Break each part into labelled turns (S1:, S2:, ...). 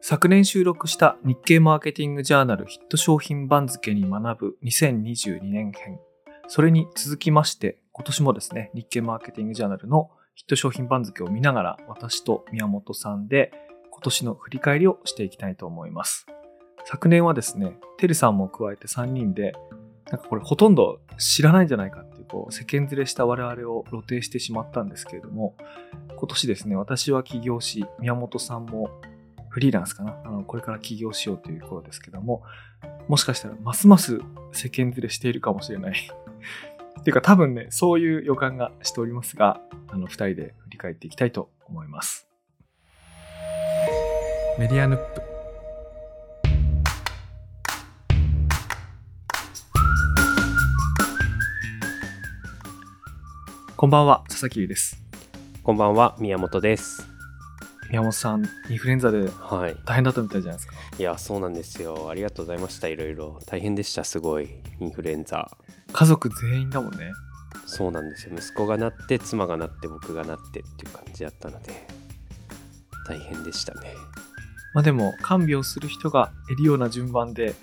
S1: 昨年収録した日経マーケティングジャーナルヒット商品番付に学ぶ2022年編。それに続きまして、今年もですね、日経マーケティングジャーナルのヒット商品番付を見ながら、私と宮本さんで今年の振り返りをしていきたいと思います。昨年はですね、てるさんも加えて3人で、なんかこれほとんど知らないんじゃないかっていう、こう、世間連れした我々を露呈してしまったんですけれども、今年ですね、私は起業し、宮本さんもフリーランスかな、あのこれから起業しようという頃ですけども、もしかしたらますます世間連れしているかもしれない。 っていうか多分ね、そういう予感がしておりますが、あの、二人で振り返っていきたいと思います。メディアヌップ。こんばんは、佐々木優です。
S2: こんばんは、宮本です。
S1: 宮本さん、インフルエンザで
S2: はい。
S1: 大変だったみたいじゃないですか。
S2: いや、そうなんですよ。ありがとうございました。いろいろ。大変でした、すごい。インフルエンザ。
S1: 家族全員だもんね。
S2: そうなんですよ。息子がなって、妻がなって、僕がなってっていう感じだったので、大変でしたね。
S1: まあでも、看病する人がいるような順番で、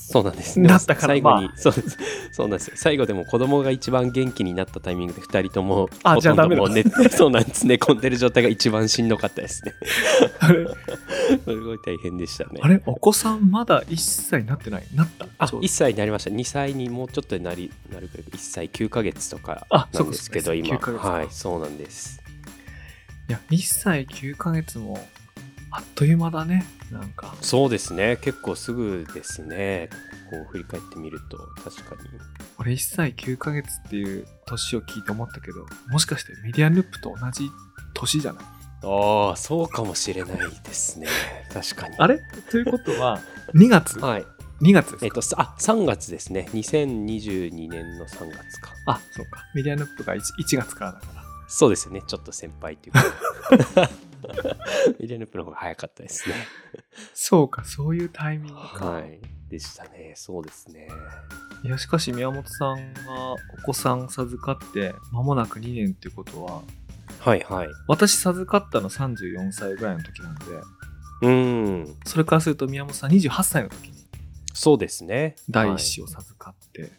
S2: そうなんですね。
S1: だったから
S2: 最後に、
S1: ま
S2: そうです。そうなんですよ。最後でも子供が一番元気になったタイミングで2人とも、
S1: あ
S2: ほ
S1: じゃ
S2: と
S1: あ
S2: んど
S1: ダメだ
S2: もう寝て、そうなんです。寝込んでる状態が一番しんどかったですね。
S1: あれ、
S2: すごい大変でしたね。
S1: あれお子さんまだ1歳になってないなった
S2: あ
S1: ちょう
S2: 1歳になりました2歳にもうちょっとになりなるくらい1歳9ヶ月とか
S1: あ
S2: なんですけど
S1: そうですね
S2: 今
S1: 9ヶ月か
S2: はいそうなんです
S1: いや、1歳9ヶ月も、あっという間だね。なんか。
S2: そうですね結構すぐですねこう振り返ってみると確かに
S1: 俺1歳9ヶ月っていう年を聞いて思ったけど、もしかしてメディアループと同じ年じゃない
S2: ああそうかもしれないですね確かに
S1: あれということは、2月
S2: はい
S1: ?2 月ですか、
S2: えっとさあ3月ですね2022年の3月か
S1: あ、そうか。メディアループが 1, 1月からだから。
S2: そうですよねちょっと先輩っていう かミレヌプの方が早かったですね
S1: そうか、そういうタイミングか。
S2: はいでしたねそうですね
S1: いやしかし宮本さんがお子さん授かって間もなく2年っていうことは
S2: はいはい
S1: 私授かったの34歳ぐらいの時なんで
S2: うん
S1: それからすると宮本さん28歳の時に
S2: そうですね。
S1: 第一子を授かって、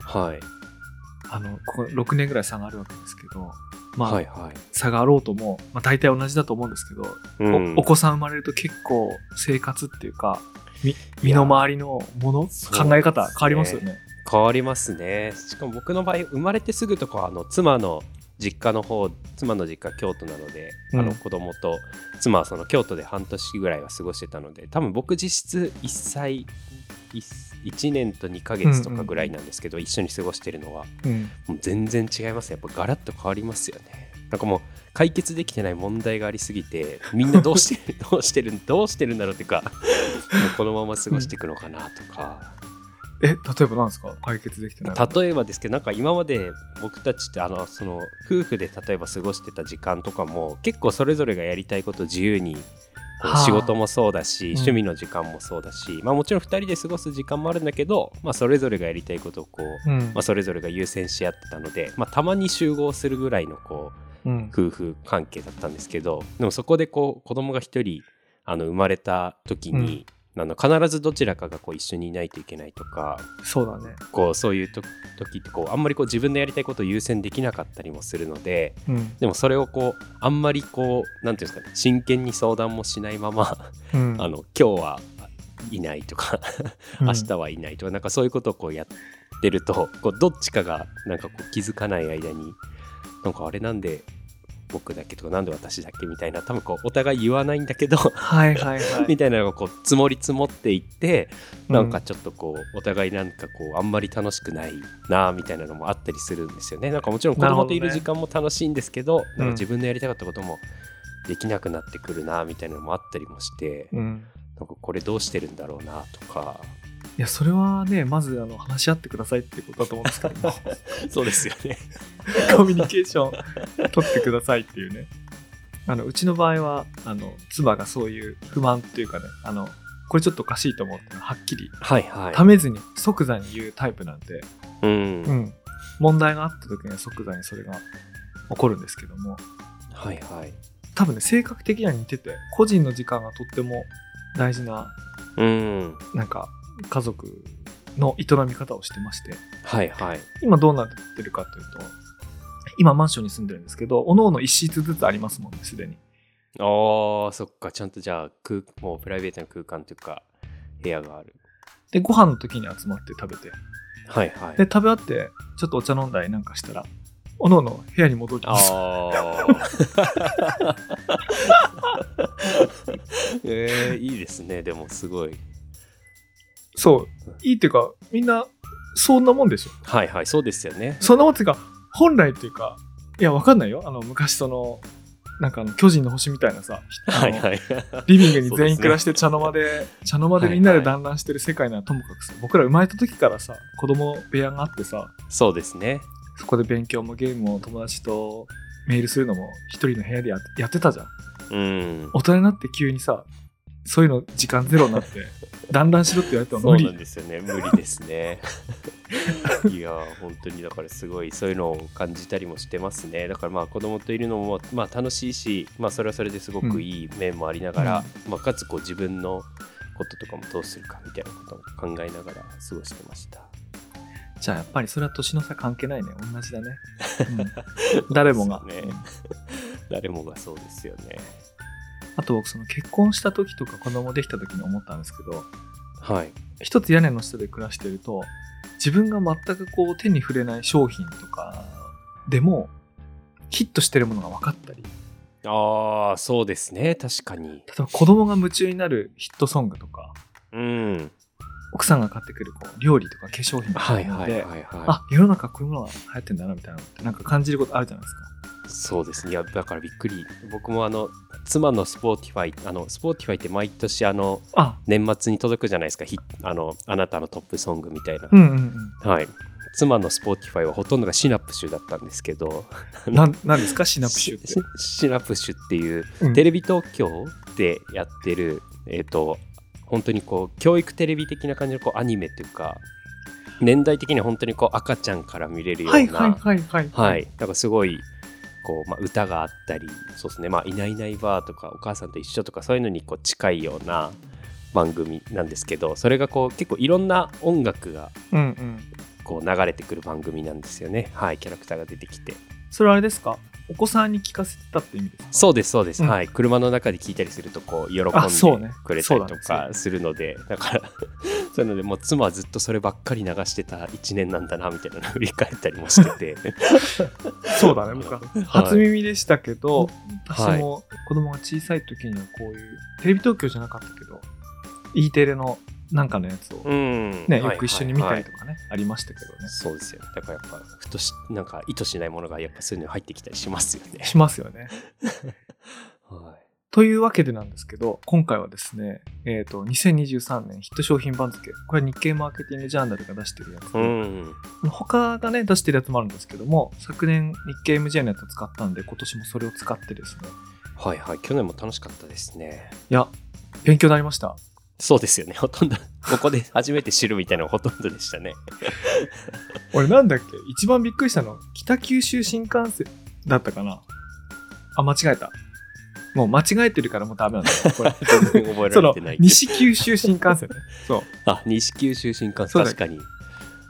S2: はい。
S1: あのここ6年ぐらい差があるわけですけどまあ、
S2: はいはい。
S1: 差があろうとも、まあ、大体同じだと思うんですけど、
S2: うん
S1: おお子さん生まれると結構生活っていうかみ身の回りのもの
S2: そう
S1: 考え方変わりますよね。
S2: 変わりますね。しかも僕の場合、生まれてすぐとかはあの妻の実家の方、妻の実家京都なので、
S1: うん
S2: あの子供と妻はその京都で半年ぐらいは過ごしてたので、多分僕実質1歳 1, 年と2ヶ月とかぐらいなんですけど、一緒に過ごしてるのは
S1: うん
S2: もう全然違いますねやっぱガラッと変わりますよね。なんかもう解決できてない問題がありすぎてみんなどうし てるどうしてるどうしてるんだろうっていうかもうこのまま過ごしていくのかなとか、
S1: え例えば何ですか解決できてない
S2: 例えばですけどなんか今まで僕たちってあのその夫婦で例えば過ごしてた時間とかも結構それぞれがやりたいこと自由にこう
S1: はあ
S2: 仕事もそうだし、
S1: ん
S2: 趣味の時間もそうだし、まあ、もちろん2人で過ごす時間もあるんだけど、まあ、それぞれがやりたいことをこう
S1: うん
S2: まあ、それぞれが優先し合ってたので、まあ、たまに集合するぐらいのこ
S1: うん
S2: う夫婦関係だったんですけどでもそこでこう子供が一人あの生まれた時に、あの必ずどちらかがこう一緒にいないといけないとか
S1: そうだね。
S2: こうそういうと時ってこうあんまりこう自分のやりたいことを優先できなかったりもするので
S1: うん
S2: でもそれをこうあんまりこうなんていうんですかね真剣に相談もしないまま
S1: うん
S2: あの今日はいないとか明日はいないとか、なんかそういうことをこうやってるとこうどっちかがなんかこう気づかない間になんかあれなんで僕だけとかなんで私だけみたいな多分こうお互い言わないんだけど
S1: はいはいは
S2: み
S1: い。
S2: たいなのがこう積もり積もっていってなんか
S1: う
S2: ちょっとこうお互いなんかこうあんまり楽しくないなあみたいなのもあったりするんですよねなんかもちろん子
S1: なるほ
S2: 供
S1: ど
S2: と
S1: ね
S2: いる時間も楽しいんですけどなん
S1: うん
S2: か自分のやりたかったこともできなくなってくるなあみたいなのもあったりもして
S1: ん、うん
S2: なんかこれどうしてるんだろうなとか
S1: いや、それはね、まずあの話し合ってくださいってことだと思うんですけど も
S2: そうですよね
S1: コミュニケーション取ってくださいっていうね。あのうちの場合はあの、妻がそういう不満っていうかね、あのこれちょっとおかしいと思うっていうのははっきり、
S2: はいはい。
S1: ためずに即座に言うタイプなんで、
S2: うん。
S1: うん、問題があった時には即座にそれが起こるんですけども、
S2: はいはい。
S1: 多分ね、性格的には似てて、個人の時間がとっても大事な
S2: うん。
S1: なんか家族の営み方をしてまして
S2: はいはい。
S1: 今どうなってるかというと今マンションに住んでるんですけどおのおの1室ずつありますもんねすでに
S2: ああ、そっか。ちゃんとじゃあ、空もうプライベートな空間というか、部屋がある。
S1: でご飯の時に集まって食べて
S2: はいはい。
S1: で食べ終わってちょっとお茶飲んだりなんかしたらおのおの部屋に戻り
S2: あ
S1: ます
S2: あ。えー、いいですね。でも、すごい。
S1: そういいっていうかみんなそんなもんでしょ
S2: はいはい、そうですよね。
S1: そんなもんっていうか本来っていうかいやわかんないよあの昔そのなんかあの巨人の星みたいなさあの
S2: はい はい。
S1: リビングに
S2: そう
S1: 全
S2: です
S1: 員
S2: ね
S1: 暮らして茶の間で茶の間でみんなで団らんしてる世界ならともかくさ僕ら生まれた時からさ子供部屋があってさ
S2: そうですね。
S1: そこで勉強もゲームも友達とメールするのも一人の部屋でややってたじゃん
S2: うん。
S1: 大人になって急にさそういうの時間ゼロになって 団らんしろって言われても
S2: そう
S1: 無
S2: な
S1: 理
S2: んですよね。無理ですね。 いやー、本当にだからすごい、そういうのを感じたりもしてますね。だからまあ子供といるのも、まあ楽しいし、まあそれはそれですごくいい面もありながら、まあかつこう自分のこととかもどうするかみたいなことも考えながら過ごしてました。
S1: じゃあやっぱりそれは年の差関係ないね同じだね、 うん誰もが、
S2: そうね
S1: うん
S2: 誰もがそうですよね。
S1: あと僕その結婚した時とか子供できた時に思ったんですけど
S2: はい。
S1: 一つ屋根の下で暮らしてると自分が全くこう手に触れない商品とかでもヒットしてるものが分かったり例
S2: ああ、そうですね。確かに。
S1: えば子供が夢中になるヒットソングとか
S2: うん。
S1: 奥さんが買ってくるこう料理とか化粧品とか
S2: は
S1: で、
S2: いはいはいは
S1: あ世の中こういうものが流行ってんだなみたいなのってなんか感じることあるじゃないですか
S2: い。そうですね。いや、だからびっくり。僕もあの、妻のスポーティファイ、あの、スポーティファイって毎年あの、
S1: あ
S2: 年末に届くじゃないですかヒあのあなたのトップソングみたいな、
S1: うんうんうん
S2: はい妻の Spotify はほとんどがシナプシュだったんですけど
S1: なんなんですかシナプシュって
S2: シシナプシュっていう
S1: うん
S2: テレビ東京でやってるえっ、と本当にこう教育テレビ的な感じのこうアニメというか年代的には本当にこう赤ちゃんから見れるような、
S1: はいはいはいはい
S2: はい、なんかすごいこう、まあ、歌があったりそうですね、まあ「いないいないばあ」とか「お母さんと一緒」とかそういうのにこう近いような番組なんですけどそれがこう結構いろんな音楽が
S1: うんうん
S2: こう流れてくる番組なんですよねはいキャラクターが出てきて
S1: それはあれですかお子さんに聞かせてたって意味ですか
S2: そうですそうです、
S1: うん
S2: はい車の中で聞いたりするとこう喜ん
S1: あそう
S2: で
S1: ね
S2: くれたり
S1: そうなん
S2: と
S1: ですよ
S2: かするのでだから そういうのでもう妻はずっとそればっかり流してた1年なんだなみたいなのを振り返ったりもして て
S1: そうだね、僕は初耳でしたけど、
S2: はい
S1: 私も子供が小さい時にはこういう、テレビ東京じゃなかったけど、E テレのなんかのやつを、
S2: うん
S1: ね、よく一緒に見
S2: はい
S1: た
S2: はい
S1: りとかね、ありましたけどね。
S2: そうですよね。だからやっぱ、ふとし、なんか意図しないものが、やっぱそういうのに入ってきたりしますよね。
S1: しますよね。
S2: は
S1: というわけでなんですけど、今回はですね、えっ、と、2023年ヒット商品番付、これは日経マーケティングジャーナルが出してるやつ
S2: い。う
S1: で、
S2: ん。
S1: 他がね、出してるやつもあるんですけども、昨年日経 MJ のやつを使ったんで、今年もそれを使ってですね、
S2: はいはい。去年も楽しかったですね。
S1: いや、勉強になりました。
S2: そうですよね。ほとんど、ここで初めて知るみたいなのほとんどでしたね。
S1: 俺なんだっけ一番びっくりしたの北九州新幹線だったかなあ間違えたもう間違えてるからもうダメなんだよこれ
S2: 全 然覚え
S1: そ
S2: られ
S1: の
S2: てないけど。
S1: 西九州新幹 線ねそ
S2: あ、西九州新幹
S1: そ
S2: 線。
S1: うだ
S2: 確かに。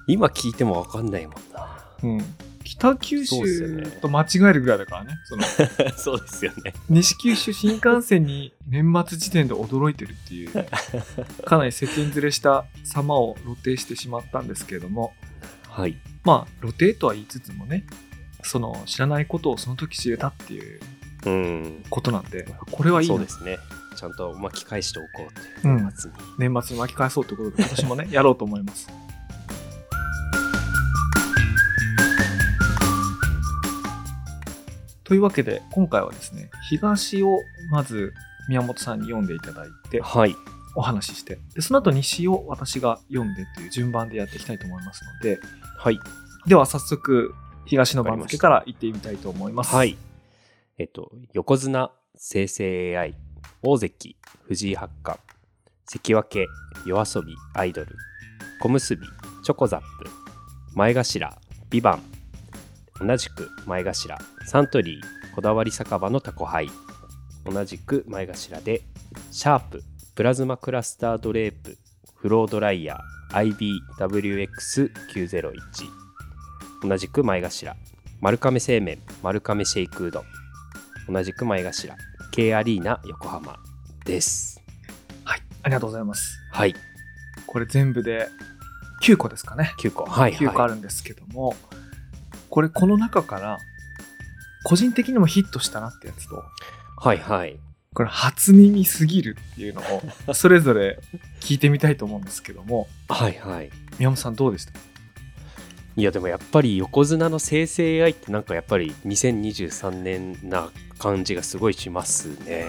S2: 今聞いてもわかんないもんな。
S1: う、うん、北九
S2: そうですよね
S1: 州と間違えるぐらいだからねその
S2: そうですよね。
S1: 西九州新幹線に年末時点で驚いてるって いうかなり世間ずれした様を露呈してしまったんですけれども
S2: はい。
S1: まあ露呈とは言いつつもねその知らないことをその時知れたっていう
S2: うん。
S1: ことなんでこれはいい
S2: そう
S1: な
S2: ですね。ちゃんと巻き返しておこうという
S1: うん
S2: 年末に。
S1: 年末に巻き返そうということで今年もね やろうと思いますというわけで今回はですね東をまず宮本さんに読んでいただいて
S2: はい。
S1: お話ししてでその後西を私が読んでという順番でやっていきたいと思いますので
S2: はい。
S1: では早速東の番付から行ってみたいと思います
S2: はい。えっと、横綱、生成 AI、大関、藤井八冠、関脇、夜遊び、アイドル、小結、チョコザップ、前頭、ビバン、同じく前頭、サントリー、こだわり酒場のタコハイ、同じく前頭で、シャープ、プラズマクラスタードレープフロードライヤー IBWX901 同じく前頭丸亀製麺丸亀シェイクうどん同じく前頭 K アリーナ横浜です
S1: はい、ありがとうございます。
S2: はい
S1: これ全部で9個ですかね。
S2: 9個はい
S1: 9個あ
S2: は
S1: るんですけども、これこの中から個人的にもヒットしたなってやつと
S2: いはいはい
S1: これ初耳すぎるっていうのをそれぞれ聞いてみたいと思うんですけども
S2: はいはい
S1: 宮本さんどうでした
S2: いやでもやっぱり横綱の生成 AI ってなんかやっぱり2023年な感じがすごいしますね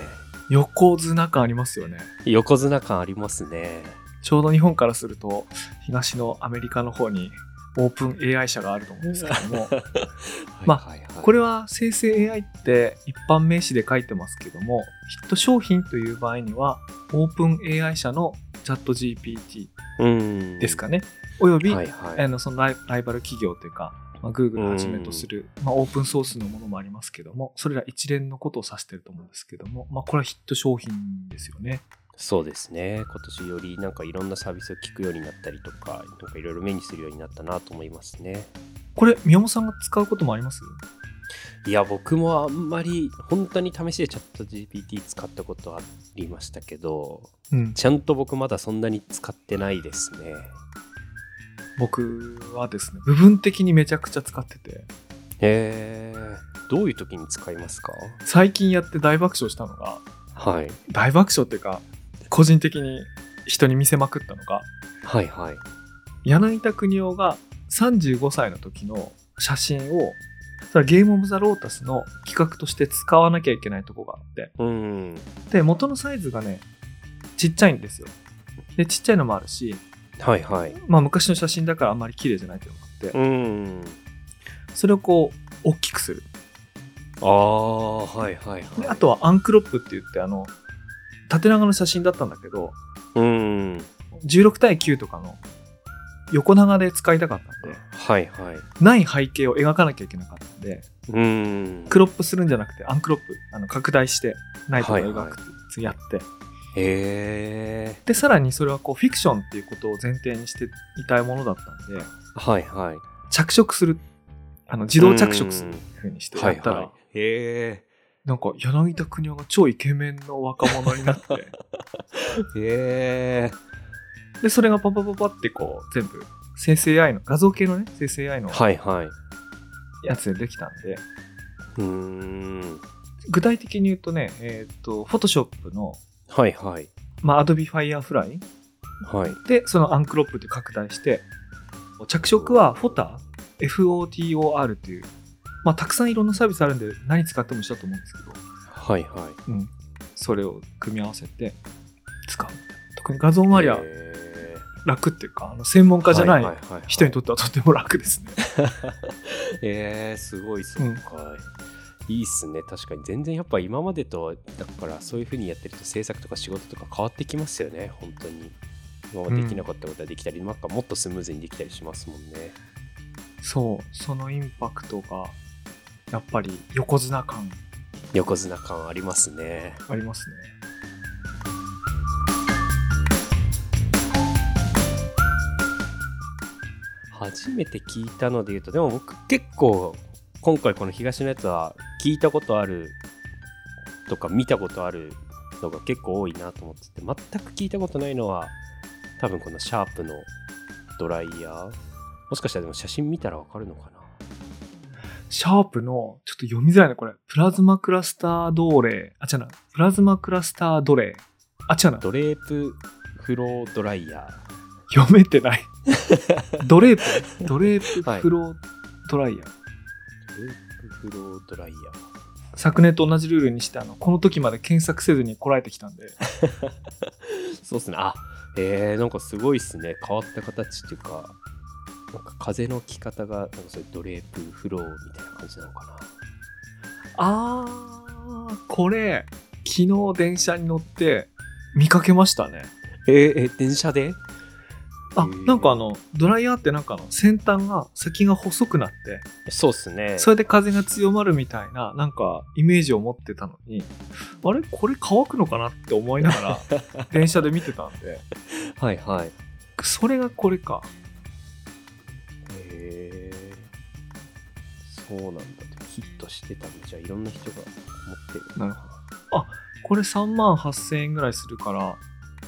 S1: 横綱感ありますよね
S2: 横綱感ありますね
S1: ちょうど日本からすると東のアメリカの方にオープン AI 社があると思うんですけど も ま
S2: あ
S1: これ
S2: は
S1: は生成 AI って一般名詞で書いてますけどもヒット商品という場合にはオープン AI 社のチャット GPT
S2: うん
S1: ですかね、および、
S2: はいはい
S1: あのそのライライバル企業というか、まあ、Google をはじめとする、まあ、オープンソースのものもありますけどもそれら一連のことを指してると思うんですけども、まあ、これはヒット商品ですよね。
S2: そうですね今年よりなんかいろんなサービスを聞くようになったりとかなんかいろいろ目にするようになったなと思いますね
S1: これ宮本さんが使うこともあります
S2: いや僕もあんまり本当に試しでチャット GPT 使ったことありましたけど
S1: うん、
S2: ちゃんと僕まだそんなに使ってないですね
S1: 僕はですね部分的にめちゃくちゃ使ってて
S2: へえどういう時に使いますか
S1: 最近やって大爆笑したのが
S2: はい
S1: 大爆笑っていうか個人的に人に見せまくったのが
S2: はいはい
S1: 柳田邦夫が35歳の時の写真をそれはゲーム・オブ・ザ・ロータスの企画として使わなきゃいけないとこがあって
S2: うん
S1: で元のサイズがねちっちゃいんですよでちっちゃいのもあるし、
S2: はいはい
S1: まあ、昔の写真だからあんまり綺麗じゃないっていうのもあって
S2: うん
S1: それをこう大きくする
S2: ああはいはいはい
S1: であとはアンクロップって言ってあの縦長の写真だったんだけど
S2: うん
S1: 16対9とかの横長で使いたかったんで
S2: はいはい
S1: ない背景を描かなきゃいけなかったんで
S2: うん
S1: クロップするんじゃなくてアンクロップあの拡大してないところを描くってやって、
S2: へえ
S1: でさらにそれはこうフィクションっていうことを前提にしていたいものだったんで
S2: はいはい
S1: 着色するあの自動着色するっていうふうにしてやったら、
S2: いへ
S1: なんか柳田邦夫が超イケメンの若者になって
S2: えへえ
S1: でそれがパパパパってこう全部生成 AI の画像系のね生成 AI の
S2: はいはい
S1: やつでできたんで、
S2: うん
S1: 具体的に言うとねえっ、とフォトショップの
S2: はいはい
S1: まあ Adobe Firefly
S2: はい
S1: でそのアンクロップで拡大して着色はフォタ FOTOR っていう、まあ、たくさんいろんなサービスあるんで何使っても一緒だと思うんですけど、
S2: はいは
S1: う
S2: い
S1: ん、それを組み合わせて使う特に画像周りは
S2: へー
S1: 楽っていうかあの専門家じゃな
S2: はいははは
S1: 人にとってはとても楽ですね、
S2: えー、すごいそっか、いいっすね確かに全然やっぱ今までとだからそういう風にやってると制作とか仕事とか変わってきますよね本当に今までできなかったことはできたり、なんかもっとスムーズにできたりしますもんね
S1: そうそのインパクトがやっぱり横綱感
S2: 横綱感ありますね
S1: ありますね
S2: 初めて聞いたので言うとでも僕結構今回この東のやつは聞いたことあるとか見たことあるのが結構多いなと思ってて全く聞いたことないのは多分このシャープのドライヤーもしかしたらでも写真見たらわかるのかな
S1: シャープのちょっと読みづらいねこれプラズマクラスタードレーあ違うなプラズマクラスタードレーあ違うな
S2: ドレープフロードライヤ
S1: 読めて ないドレープドレープ
S2: はい
S1: フロードライヤー、
S2: ードレープフロードライヤー
S1: 昨年と同じルールにしてあのこの時まで検索せずにこらえてきたんで
S2: そうっすねあえー、なんかすごいっすね変わった形っていうかなんか風の吹き方がなんかそれドレープフローみたいな感じなのかな
S1: あーこれ昨日電車に乗って見かけましたね
S2: えーえー電車で
S1: あ
S2: うん
S1: なんかあのドライヤーってなんかあの先端が先が細くなって
S2: そうっすね
S1: それで風が強まるみたいななんかイメージを持ってたのにあれこれ乾くのかなって思いなが ら電車で見てたんで
S2: はいはいへ
S1: それがこれか
S2: えそうなんだヒットしてたんだじゃあいろんな人が持ってる
S1: なるほどあこれ3万8000円ぐらいするから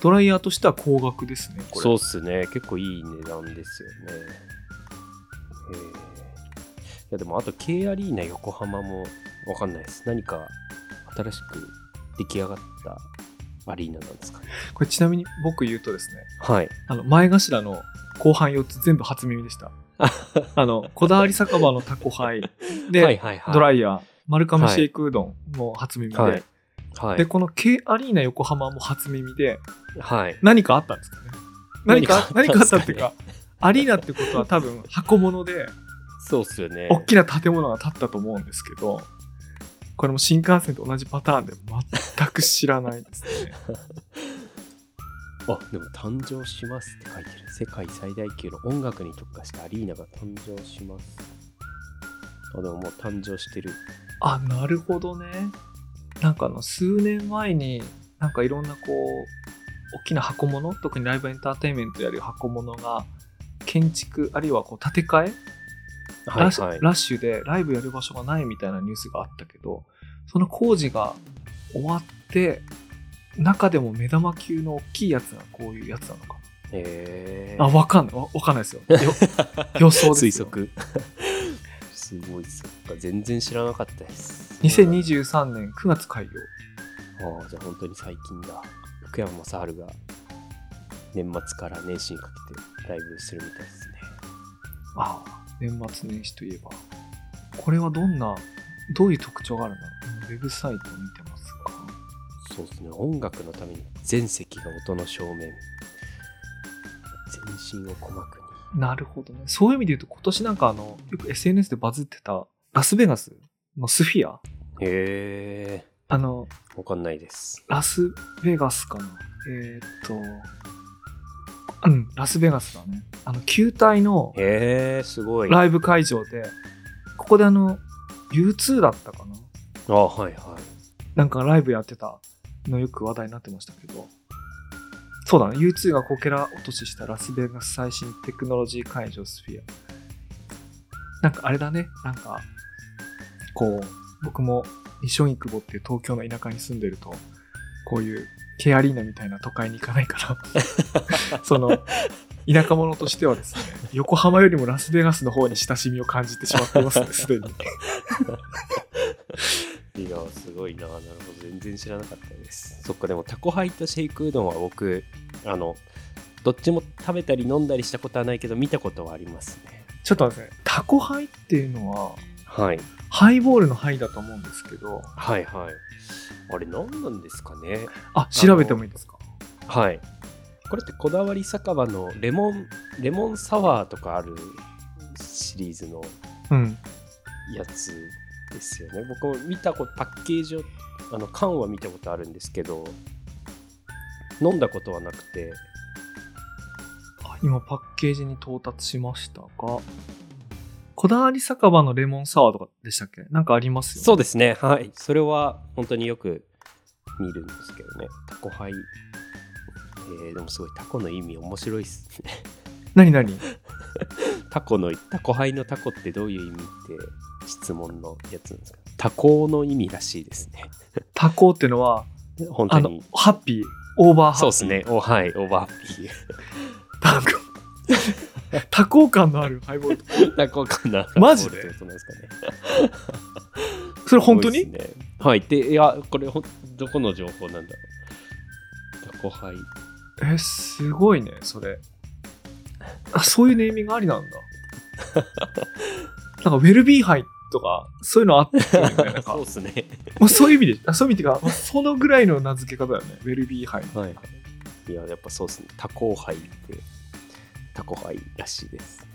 S1: ドライヤーとしては高額ですねこれ
S2: そうっすね結構いい値段ですよねへえいやでもあと K アリーナ横浜もわかんないです何か新しく出来上がったアリーナなんですかね
S1: これちなみに僕言うとですね
S2: はい
S1: あの前頭の後半4つ全部初耳で したあのこだわり酒場のタコハイで、
S2: はいはいはい
S1: ドライヤー丸亀シェイクうどんも初耳で、
S2: はいは
S1: で
S2: い
S1: この K アリーナ横浜も初耳で
S2: はい
S1: 何かあったんですかね何か何
S2: 何
S1: か
S2: か
S1: あ
S2: あ
S1: っ
S2: ったたん
S1: っ
S2: ですかね
S1: ていうかアリーナってことは多分箱物で
S2: そうっすよね
S1: 大きな建物が建ったと思うんですけどこれも新幹線と同じパターンで全く知らないですね
S2: あでも誕生しますって書いてる世界最大級の音楽に特化したアリーナが誕生しますあでももう誕生してる
S1: あなるほどねなんかあの数年前になんかいろんなこう大きな箱物特にライブエンターテインメントやる箱物が建築あるいはこう建て替え
S2: は
S1: ラ
S2: い
S1: ッシュ
S2: はい
S1: ラッシュでライブやる場所がないみたいなニュースがあったけどその工事が終わって中でも目玉級の大きいやつがこういうやつなのか
S2: へー
S1: なあわかんないわわかんないですよよ 予想ですよ
S2: 推測すごいそっか全然知らなかったです
S1: 2023年9月開業
S2: ああじゃあ本当に最近だ福山雅治が年末から年始にかけてライブするみたいですね
S1: ああ年末年始といえばこれはどんなどういう特徴があるんだろうウェブサイトを見てますか
S2: そうですね音楽のために全席が音の正面全身を鼓膜に
S1: なるほどねそういう意味で言うと今年なんかあのよく SNS でバズってたラスベガスのスフィア
S2: へえ
S1: あの
S2: わかんないです
S1: ラスベガスかなえー、っと、うん、ラスベガスだね。あの、球体の
S2: へえすごいあ
S1: ライブ会場で、ここであの、U2 だったかな
S2: はいは
S1: なんかライブやってたのよく話題になってましたけど、そうだね、U2 がこけら落とししたラスベガス最新テクノロジー会場スフィア。なんかあれだね、なんか、こう、僕も西荻窪っていう東京の田舎に住んでると、こういうケアリーナみたいな都会に行かないから、その、田舎者としてはですね、横浜よりもラスベガスの方に親しみを感じてしまってますね、すでに。
S2: いいやすごいななるほど全然知らなかったですそっかでもタコハイとシェイクうどんは僕あのどっちも食べたり飲んだりしたことはないけど見たことはありますね
S1: ちょっと待ってね、タコハイっていうのは、
S2: はい
S1: ハイボールのハイだと思うんですけど、
S2: はいはいあれ何なんですかね
S1: あ、調べてもいいですか
S2: はいこれってこだわり酒場のレモンレモンサワーとかあるシリーズの
S1: うん。
S2: やつですよね僕も見たことパッケージをあの缶は見たことあるんですけど飲んだことはなくて
S1: あ今パッケージに到達しましたが、こだわり酒場のレモンサワーとかでしたっけなんかありますよね。
S2: そうですねはいそれは本当によく見るんですけどねタコハイえー、でもすごいタコの意味面白いっすね
S1: 何何
S2: タコのタコハイのタコってどういう意味って質問のやつなんですかタコの意味らしいですね
S1: タコっていうのは、
S2: 本当
S1: あの
S2: に、
S1: ハッピー、オーバーハッピー。
S2: そうですね。おはいオーバーハッピー
S1: タコ。 タコ感のあるハイボール。
S2: タコかな
S1: マジで
S2: そういうことなんですかね
S1: それ本当に、
S2: すごいっすねはい。で、いや、これほん、どこの情報なんだろう。タコハイ。
S1: え、すごいね、それ。あ、そういうネーミングあり なんだ。なんかウェルビーハイとか、そういうのあったよね。なんか
S2: そうですね。
S1: もうそういう意味で、あそういう意味っていうか、まあそのぐらいの名付け方だよね。ウェルビーハイ。
S2: はい。いや、やっぱそうですね。タコハイって、タコハイらしいです。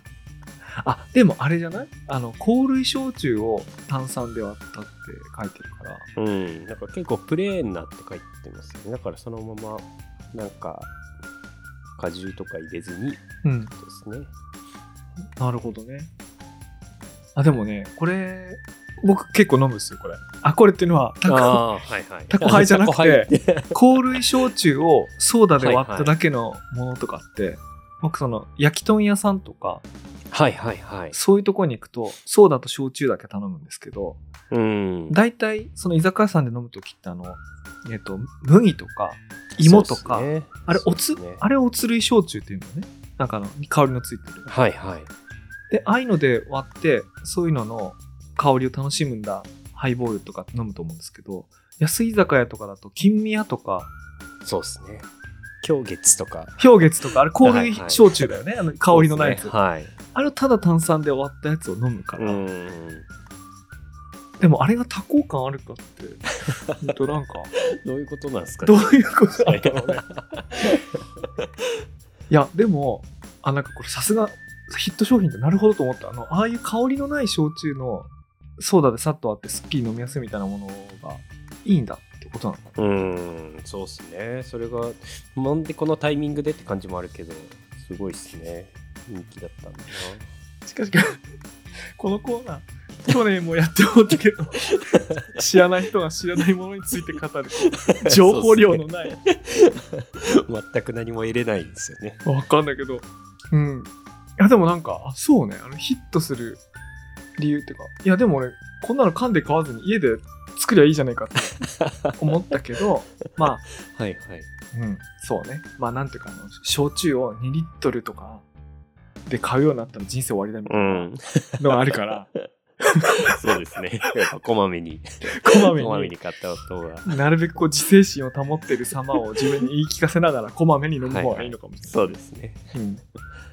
S1: あ、でもあれじゃないあの、香類焼酎を炭酸で割ったって書いてるから。
S2: うん。なんか結構プレーンなって書いてますよね。だからそのまま、なんか、果汁とか入れずにって
S1: うん。
S2: ことですね。
S1: なるほどね。あ、でもね、これ、僕結構飲むんですよ、これ。あ、これっていうのは、タコ
S2: あー、はいはい。
S1: タコハイじゃなくて
S2: タコハイって
S1: 香類焼酎をソーダで割っただけのものとかって、僕その焼き豚屋さんとか
S2: はいはいはい。
S1: そういうとこに行くとソーダと焼酎だけ頼むんですけど
S2: うん。
S1: 大体その居酒屋さんで飲む時ってあの、えっと麦とか芋とか、
S2: そうっすね
S1: あれお
S2: そ
S1: つ、
S2: うっすね
S1: あれおつ類焼酎っていうんだよねなんかあの香りのついてる
S2: はいはい。
S1: でああいうので割ってそういうのの香りを楽しむんだハイボールとか飲むと思うんですけど安い居酒屋とかだと金宮とか
S2: そうですね。今日月とか。
S1: 氷月とかあれ香
S2: は
S1: 類
S2: いはい
S1: 焼酎だよね、あの香りのないやつ、
S2: そうっすねはい。
S1: あれをただ炭酸で終わったやつを飲むから、
S2: うん。
S1: でもあれが多幸感ある かってほんとなんか
S2: どういう ことなんですか
S1: どう
S2: ね
S1: いうことなんだろうねいやでもあなんかこれさすがヒット商品ってなるほどと思ったあのああいう香りのない焼酎のソーダでさっとあってすっきり飲みやすいみたいなものがいいんだってことなの
S2: うーん、そうっすね。それが、なんでこのタイミングでって感じもあるけど、すごいっすね。人気だったんだ
S1: しかし このコーナー去年もやって思った けど知らない人が知らないものについて語 る
S2: な。
S1: 情報量のない
S2: そうっすね。全く何も入れないんですよね。
S1: わかんないけど。うん。いや、でもなんか、あそうね。あの、ヒットする理由っていうか、いや、でも俺、こんなの缶で買わずに家で作りゃいいじゃないかって思ったけど、まあ、
S2: はいはい。
S1: うん、そうね。まあ、なんていうか、あの、焼酎を2リットルとかで買うようになったら人生終わりだみた
S2: う
S1: い
S2: ん、
S1: なのがあるから、
S2: そうです ね。やっぱこまめに、
S1: こまめ
S2: こまめ
S1: に
S2: に。買った方が。
S1: なるべくこう自制心を保ってる様を自分に言い聞かせながらこまめに飲む方がいいのかもしれない。
S2: そうですね。
S1: うん
S2: 確か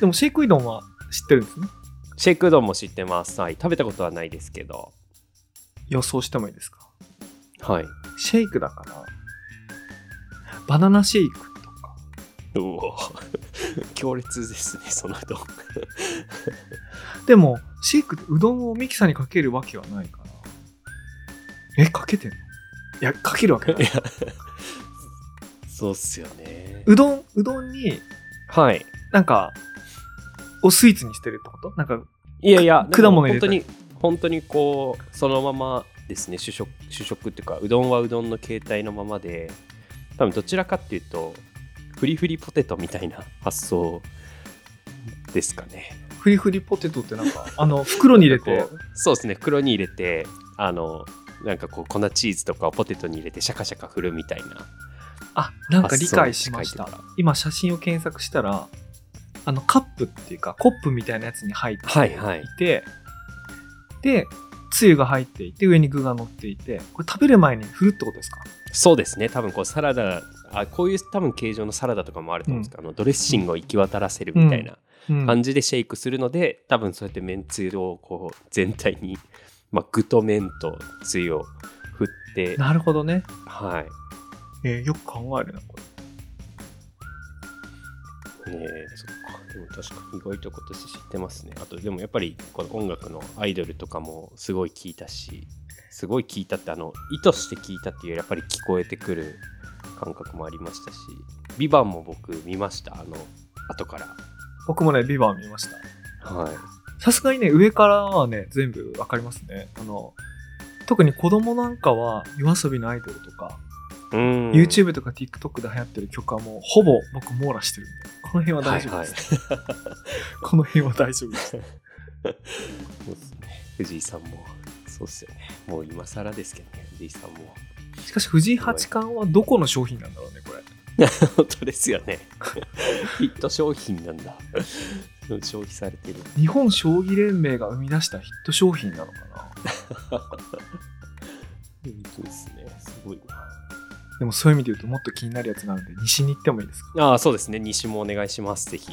S1: でもシェイクうどんは知ってるんですね。
S2: に。シェイクうどんも知ってます。はい。食べたことはないですけど。
S1: 予想してもいいですか
S2: はい。
S1: シェイクだから、バナナシェイクとか、
S2: うお 強烈ですね、そのうどん。
S1: でも、シェイクってうどんをミキサーにかけるわけはないから、え、かけてんのいや、かけるわけないい。
S2: や、そうっすよね。
S1: うどん、うどんに、
S2: はい。
S1: なんか、をスイーツにしてるってことなんか、
S2: いやいや、
S1: く果物入
S2: で
S1: れ
S2: も
S1: た
S2: 本当
S1: り
S2: に、本当にこう、そのままですね、主食、主食っていうか、うどんはうどんの形態のままで、多分どちらかっていうと、フリフリポテトみたいな発想ですかね。
S1: フリフリポテトってなんか、あの、袋に入れて
S2: こ、うそうですね、袋に入れて、あの、なんかこう粉チーズとかをポテトに入れてシャカシャカ振るみたいな
S1: あ、なんか理解しまし
S2: あ
S1: た
S2: そうです。
S1: 今、写真を検索したら、あの、カップっていうか、コップみたいなやつに入って
S2: はいはい
S1: いて、で、つゆが入っていて、上に具が乗っていて、これ食べる前に振るってことですか
S2: そうですね多分こうサラダあこういう多分形状のサラダとかもあると思うんですけど、あのドレッシングを行き渡らせるみたいな
S1: うん
S2: 感じでシェイクするので、多分そうやってめんつゆをこう全体に、 まあ、具と麺とつゆを振って、
S1: なるほどね。
S2: は
S1: えーよく考えるな、これ。
S2: いねえそっかでも確かに意外と今年知ってますねあとでもやっぱりこの音楽のアイドルとかもすごい聞いたしすごい聞いたってあの意図して聞いたっていうよりやっぱり聞こえてくる感覚もありましたし「ビバンも僕見ましたあの後から
S1: 僕もね、ビバン見ました。
S2: はい
S1: さすがにね、上からはね、全部わかりますね。あの、特に子供なんかは、夜遊びのアイドルとか、
S2: うん
S1: YouTube とか TikTok で流行ってる曲はもう、ほぼ僕網羅してるんで、この辺は大丈夫です。
S2: はいはい
S1: この辺は大丈夫です。
S2: そうっすね。藤井さんも、そうっすよね。もう今更ですけどね、藤井さんも。
S1: しかし、藤井八冠はどこの商品なんだろうね、これ。
S2: 本当ですよね。 ヒット商品なんだ。消費されてる。
S1: 日本将棋連盟が生み出したヒット商品なのかな
S2: そうですね。すごい
S1: でもそういう意味で言うともっと気になるやつなので西に行ってもいいですか
S2: な。ああ、そうですね。西もお願いします、ぜひ。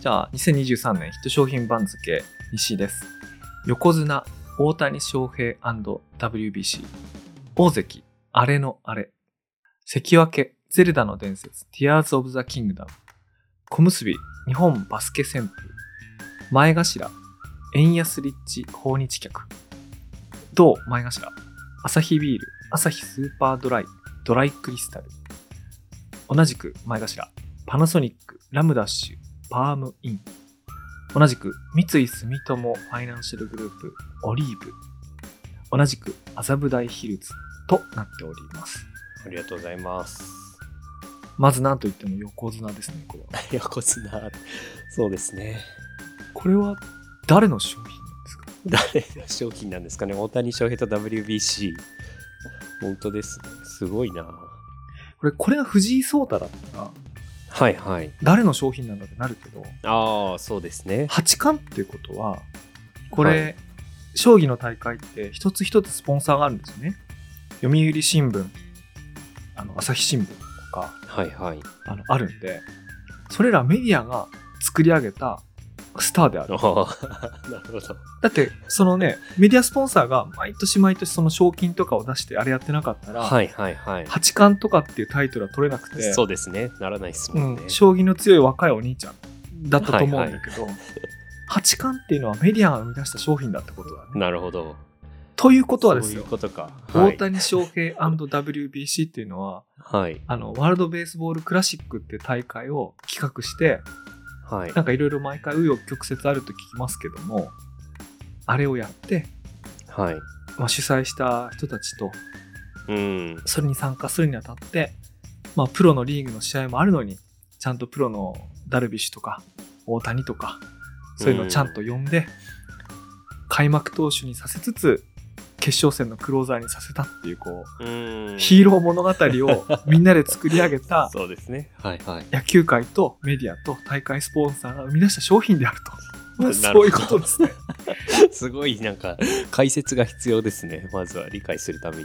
S1: じゃあ、2023年ヒット商品番付、西です。横綱、大谷翔平 &WBC。大関、あれのあれ。関脇、ゼルダの伝説、Tears of the Kingdom。小結、日本バスケ旋風。前頭、円安立地訪日客。と前頭アサヒビールアサヒスーパードライドライクリスタル同じく前頭パナソニックラムダッシュパームイン同じく三井住友ファイナンシャルグループオリーブ同じく麻布台ヒルズとなっております
S2: ありがとうございます。
S1: まず何といっても横綱ですねこれは
S2: 横綱、そうですね。
S1: これは誰の商品ですか
S2: 誰の商品なんですかね。大谷翔平と WBC。本当ですね。すごいな。
S1: これこれが藤井聡太だったら
S2: はいはい。
S1: 誰の商品なんだってなるけど
S2: ああ、そうですね。
S1: 八冠っていうことはこれ、
S2: はい
S1: 将棋の大会って一つ一つスポンサーがあるんですよね読売新聞あの朝日新聞とか
S2: はいはい。
S1: あのあるんでそれらメディアが作り上げたスターであ
S2: あ
S1: る
S2: あ、なるほど。
S1: だってそのねメディアスポンサーが毎年毎年その賞金とかを出してあれやってなかったら、
S2: はいはいはい。
S1: 八冠とかっていうタイトルは取れなくて
S2: そうですね。ならないです
S1: う
S2: もんね。
S1: ん、将棋の強い若いお兄ちゃんだったと思うんだけど、八冠っていうのはメディアが生み出した商品だってことだね。
S2: なるほど。
S1: ということはですよ
S2: そういうことか。はい
S1: 大。谷翔平 &WBC っていうのは
S2: はい。
S1: あのワールド・ベースボール・クラシックっていう大会を企画して
S2: はい。
S1: なんかいろいろ毎回紆余曲折あると聞きますけどもあれをやって、
S2: はい。
S1: まあ、主催した人たちと
S2: うん。
S1: それに参加するにあたって、まあ、プロのリーグの試合もあるのにちゃんとプロのダルビッシュとか大谷とかそういうのをちゃんと呼んで、開幕投手にさせつつ決勝戦のクローザーにさせたっていうこ
S2: うん
S1: うヒーロー物語を みんなで作り上げた
S2: そうですね。はいはい。
S1: 野球界とメディアと大会スポンサーが生み出した商品であると。まあ
S2: なる
S1: そ
S2: ほど
S1: ういうことですね。
S2: すごいなんか解説が必要ですね。まずは理解するために。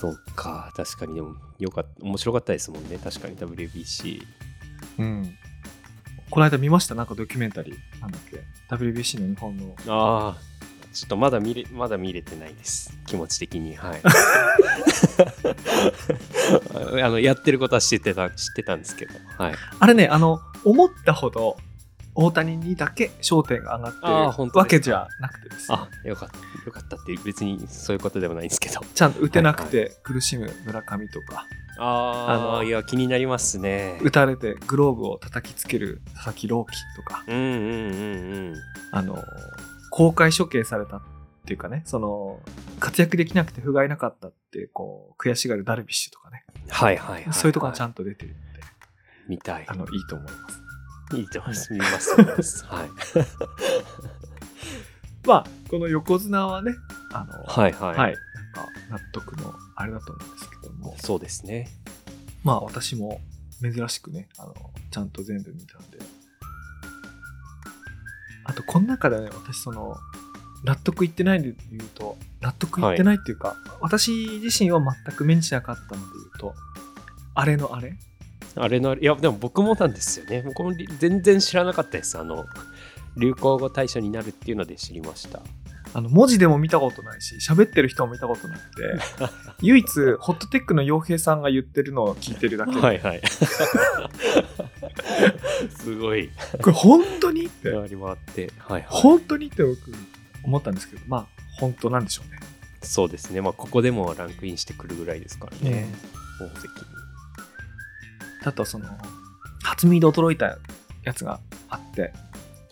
S2: そっか、確かにでもよかった、面白かったですもんね。確かに WBC。
S1: うん。この間見ましたなんかドキュメンタリー。なんだっけ ?WBC の日本の
S2: ああ、ちょっとまだ見れ、まだ見れてないです。気持ち的に。 はい。あの、やってることは知ってた、知ってたんですけど。はい。
S1: あれね、あの、思ったほど大谷にだけ焦点が上がって
S2: あー
S1: る
S2: 本当ですか
S1: わけじゃなくてですね、
S2: あ、よかった。よかったって、別にそういうことでもないんですけど。
S1: ちゃんと打てなくて苦しむ村上とか、
S2: あ
S1: あの
S2: あ、いや、気になりますね。
S1: 打たれてグローブを叩きつける佐々木朗希とか、
S2: うんうんうんうん。
S1: あの、公開処刑されたっていうかね、その、活躍できなくて不甲斐なかったって、こう、悔しがるダルビッシュとかね、
S2: はいはいはい。
S1: そういうところがちゃ
S2: ん
S1: んと出てるので、
S2: 見たい
S1: あ。の、いいと思います。
S2: いいと思います。見ます。見ます はい。
S1: まあ、この横綱はね、あの、
S2: はい
S1: は
S2: はい。
S1: い、なんか納得のあれだと思うんですけども、
S2: そうですね。
S1: まあ私も珍しくね、あの、ちゃんと全部見たんで。あと、この中でね、私その、納得いってないで言うと、納得いってないっていうか、私自身は全く目にしなかったので言うと、あれのあれ
S2: あれの、いや、でも僕もなんですよね。僕もり全然知らなかったです。あの、流行語大賞になるっていうので知りました。
S1: あの、文字でも見たことないし、喋ってる人も見たことなくて、 唯一、ホットテックの洋平さんが言ってるのを聞いてるだけで、
S2: はいはい。 すごい。
S1: これ本当にって、
S2: 回り回って。はいはい。
S1: 本当にって僕、思ったんですけど、まあ、本当なんでしょうね。
S2: そうですね。まあ、ここでもランクインしてくるぐらいですからね。大関に。
S1: あとその初耳で驚いたやつがあって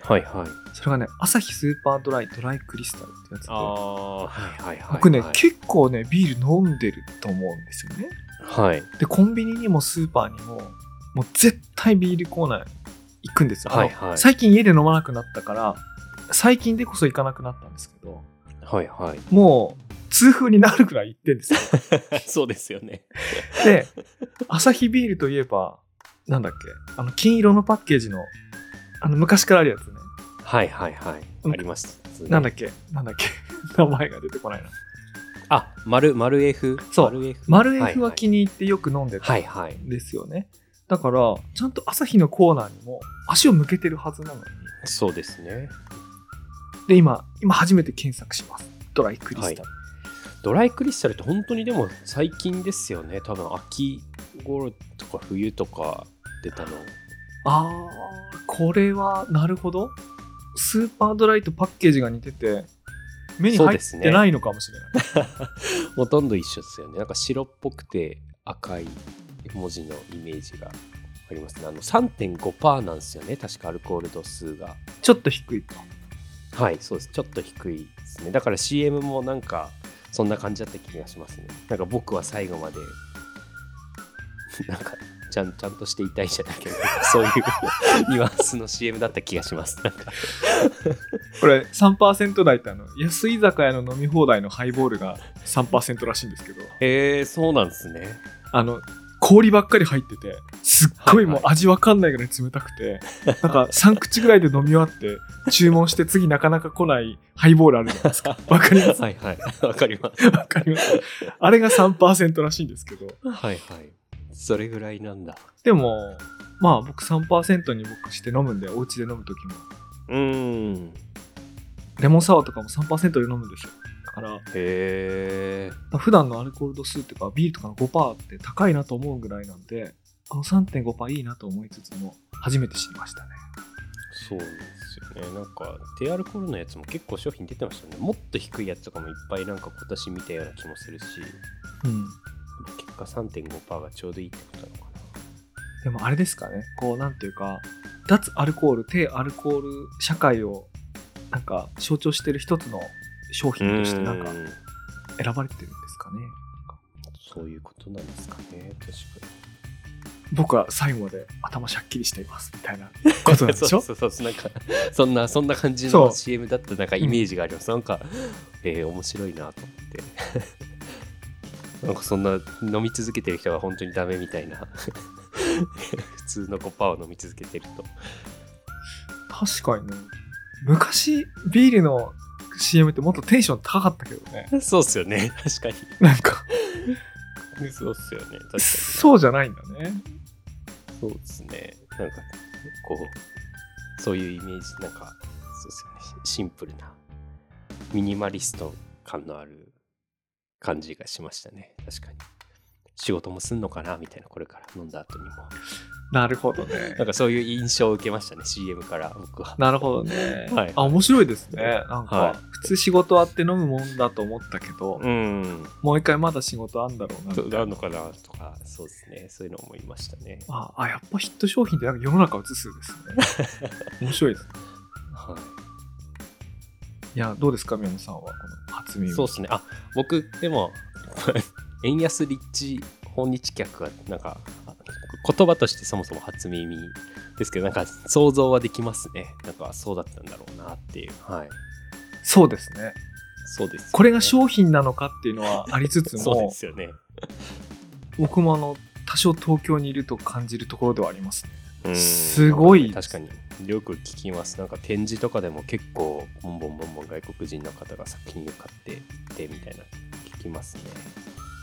S2: はいはい。
S1: それがねアサヒスーパードライドライクリスタルってやつで
S2: ああ、はいはいはい。
S1: 僕ね、
S2: はい
S1: 結構ねビール飲んでると思うんですよね
S2: はい。
S1: でコンビニにもスーパーにももう絶対ビールコーナー行くんですよ、あの
S2: はいはい
S1: 最近家で飲まなくなったから最近でこそ行かなくなったんですけど
S2: はいはい。
S1: もう痛風になるくらい行ってんですよ
S2: そうですよね。
S1: でアサヒビールといえばなんだっけあの金色のパッケージのあの昔からあるやつね
S2: はいはいはい。
S1: うん
S2: あります。
S1: なんだっけなんだっけ 名前が出てこないな。
S2: あ、丸、丸 F。
S1: そう
S2: 丸 F。
S1: マルエフは気に入ってよく飲んでた
S2: はい
S1: ん
S2: はい。はいはい
S1: ですよね。だから、ちゃんと朝日のコーナーにも足を向けてるはずなのに。
S2: そうですね。
S1: で、今、今初めて検索します。ドライクリスタル。
S2: ドライクリスタルって本当にでも最近ですよね。多分秋頃とか冬とか出たの。
S1: あー、これは、なるほど。スーパードライとパッケージが似てて、目に
S2: そう
S1: 入っ
S2: ですね
S1: てないのかもしれない。
S2: ほとんど一緒ですよね。なんか白っぽくて赤い文字のイメージがありますね。あの3.5%なんですよね。確かアルコール度数が。
S1: ちょっと低いと。
S2: はい、そうです。ちょっと低いですね。だから CM もなんかそんな感じだった気がしますね。なんか僕は最後まで、 なんかちゃんちゃんとしていたいじゃないけど、 そういうニュアンスの CM だった気がします。なんか
S1: これ3%台ってあの安い居酒屋の飲み放題のハイボールが3%らしいんですけど
S2: へえー、そうなんですね。
S1: あの氷ばっかり入っててすっごいもう味わかんないぐらい冷たくて、なんか3口ぐらいで飲み終わって注文して次なかなか来ないハイボールあるじゃないです かわかります
S2: はいはい。 わかります。
S1: わかりますあれが3%らしいんですけど
S2: はいはい。それぐらいなんだ。
S1: でもまあ僕3%に僕して飲むんでお家で飲む時も
S2: うーん。
S1: レモンサワーとかも3%で飲むんですよだから
S2: へえ。
S1: まあ普段のアルコール度数とかビールとかの5%って高いなと思うぐらいなんでこの3.5%いいなと思いつつも初めて知りましたね
S2: そうなんですよね。なんか、低アルコールのやつも結構商品出てましたね。もっと低いやつとかもいっぱいなんか今年見たような気もするし、
S1: うん
S2: 結果3.5%がちょうどいいってことなのか
S1: でもあれですかねこうなんていうか脱アルコール低アルコール社会をなんか象徴してる一つの商品
S2: な。
S1: としてなんか
S2: うん
S1: 選ばれてるんですかね
S2: そういうことなんですかね。確かに。
S1: 僕は最後まで頭シャッキリしていますみた いなことなんでしょ
S2: そうそうそう。なんか、 そんな、そんな感じ
S1: そ
S2: の
S1: う
S2: CM だったなんかイメージがあります。なんか、えー、面白いなと思って。 なんかそんな飲み続けてる人は本当にダメみたいな 普通の5%を飲み続けてると
S1: 確かにね昔ビールの CM ってもっとテンション高かったけどね
S2: そうっすよね、確か
S1: なんか
S2: に。そうっすよね、確かに。
S1: そうじゃないんだね
S2: そうっすね。なんか、こう、そういうイメージ、なんか、そうっすよね、シンプルな、ミニマリスト感のある感じがしましたね、確かに。仕事もすんのかなみたいな、これから飲んだ後にも。
S1: なるほど ね
S2: なんかそういう印象を受けましたね、CM から、僕は。
S1: なるほどね、
S2: はい
S1: あ面白いですねなんか、
S2: はい
S1: 普通仕事あって飲むもんだと思ったけど、
S2: うん。
S1: もう一回まだ仕事あんだろうなみたいな
S2: あるのかなとか、そうですね、そういうの思いましたね。
S1: ああやっぱヒット商品ってなんか世の中映すんです ね面白いですね
S2: はい。
S1: いやどうですか宮野さんはこの初耳
S2: そうですね。あ、僕、でも、 円安立地訪日客は、なんか、言葉としてそもそも初耳ですけど、なんか想像はできますね。なんかそうだったんだろうなっていう。はい。
S1: そうですね
S2: そうです、
S1: これが商品なのかっていうのはありつつ
S2: そうで
S1: も
S2: すよね。
S1: 僕もあの多少東京にいると感じるところではありますね
S2: うん
S1: すごい
S2: 確かに。よく聞きます。なんか展示とかでも結構、ボンボンボンボン外国人の方が作品を買ってってみたいな、聞きますね。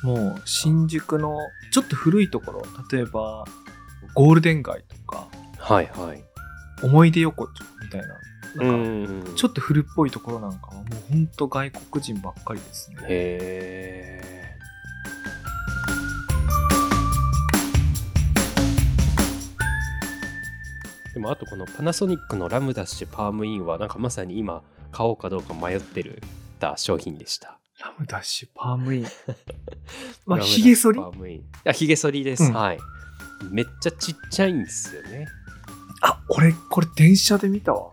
S1: もう新宿のちょっと古いところ例えばゴールデン街とか
S2: はいはい。
S1: 思い出横丁みたいななんか
S2: ん
S1: ちょっと古っぽいところなんかはもうほんと外国人ばっかりですね
S2: へえ。でもあとこのパナソニックのラムダッシュパームインはなんかまさに今買おうかどうか迷ってるた商品でした。
S1: ラムダッシュパームイ ンまあ
S2: ラムダッシュ
S1: ひげ剃り
S2: パームインあひげ剃りです、
S1: うん
S2: はい。めっちゃちっちゃいんですよ ね。
S1: あ俺これ電車で見たわ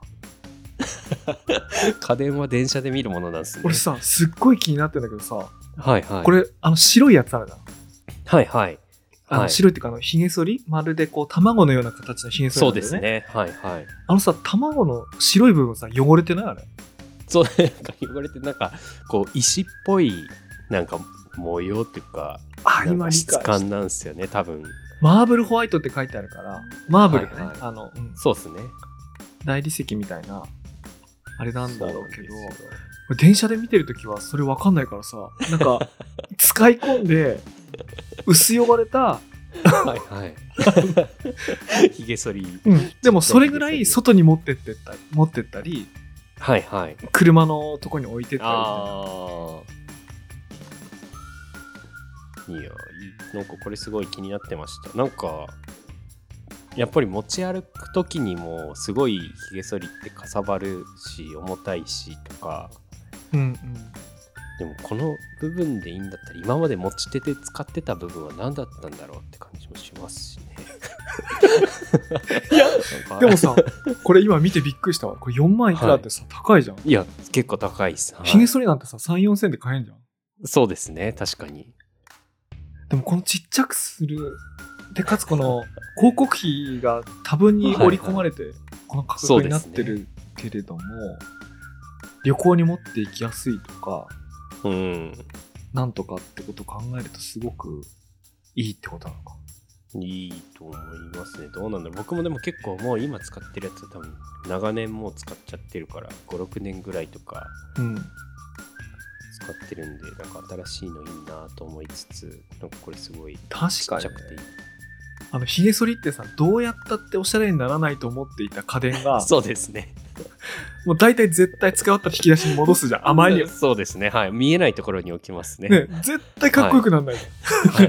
S2: 家電は電車で見るものなんですね。
S1: 俺さすっごい気になってんだけどさ、
S2: はいはい。
S1: これあの白いやつあるじゃん
S2: はいはい。
S1: あの
S2: はい
S1: 白いっていうかあのひげ剃りまるでこう卵のような形のひげ剃り
S2: そ
S1: な
S2: うん
S1: だ
S2: で
S1: よ
S2: すね。はいはい。
S1: あのさ卵の白い部分さ汚れてないあれ
S2: そうなんか言われてなんかこう石っぽいなんか模様っていうか
S1: あ
S2: なん
S1: 今
S2: か
S1: 理
S2: 質
S1: 解した
S2: 感なんですよね多分
S1: マーブルホワイトって書いてあるからマーブルね、
S2: はいはい
S1: あの、うん
S2: そうですね
S1: 大理石みたいなあれなんだろうけど
S2: そうなんですよ
S1: 俺電車で見てるときはそれわかんないからさなん か使い込んで薄汚れた、
S2: はい はいひげ剃り
S1: でもそれぐらい外に持ってってったり持ってったり
S2: はいはい
S1: 車のとこに置いてったりみたいな
S2: ああいやいいなんかこれすごい気になってましたなんかやっぱり持ち歩く時にもすごいひげ剃りってかさばるし重たいしとか
S1: うんうん
S2: でもこの部分でいいんだったら今まで持ち手で使ってた部分は何だったんだろうって感じもしますしね
S1: いや
S2: なんか
S1: でもさこれ今見てびっくりしたわこれ4万いくらってさ、高いじゃん
S2: いや結構高いです、はい
S1: ひげ剃りなんてさ3 4千円で買えんじゃん
S2: そうですね確かに
S1: でもこのちっちゃくするでかつこの広告費が多分に織り込まれてこの価格になってるけれども、旅行に持って行きやすいとか
S2: うん
S1: なんとかってことを考えるとすごくいいってことなのか
S2: いいと思いますねどうなんだろう僕もでも結構もう今使ってるやつ多分長年もう使っちゃってるから56年ぐらいとか
S1: うん
S2: 使ってるんでなんか新しいのいいなと思いつつなんかこれすごい
S1: 確
S2: ち
S1: か
S2: っ
S1: に
S2: ち
S1: ね、
S2: ゃくていい
S1: あのひげ剃りってさどうやったっておしゃれにならないと思っていた家電が
S2: そうですね
S1: もう大体絶対使い終わったら引き出しに戻すじゃんあまりにも
S2: そうですねはい見えないところに置きますね
S1: ね絶対かっこよく なんない、
S2: は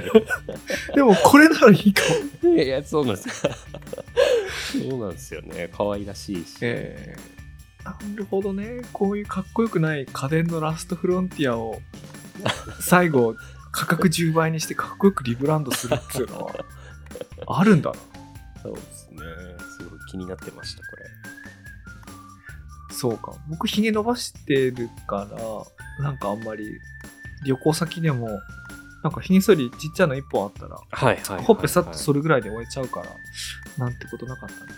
S1: でもこれならいいかも
S2: い、いやそうなんですそうなんですよね可愛らしいし、
S1: えーなるほどねこういうかっこよくない家電のラストフロンティアを最後価格10倍にしてかっこよくリブランドするっていうの はあるんだな
S2: そうですねすごい気になってましたこれ
S1: そうか僕ひげ伸ばしてるからなんかあんまり旅行先でもなんかひげ剃りちっちゃな1本あったら
S2: はいはいはい、
S1: ほっぺさっと剃るぐらいで終えちゃうから、なんてことなかったんだけど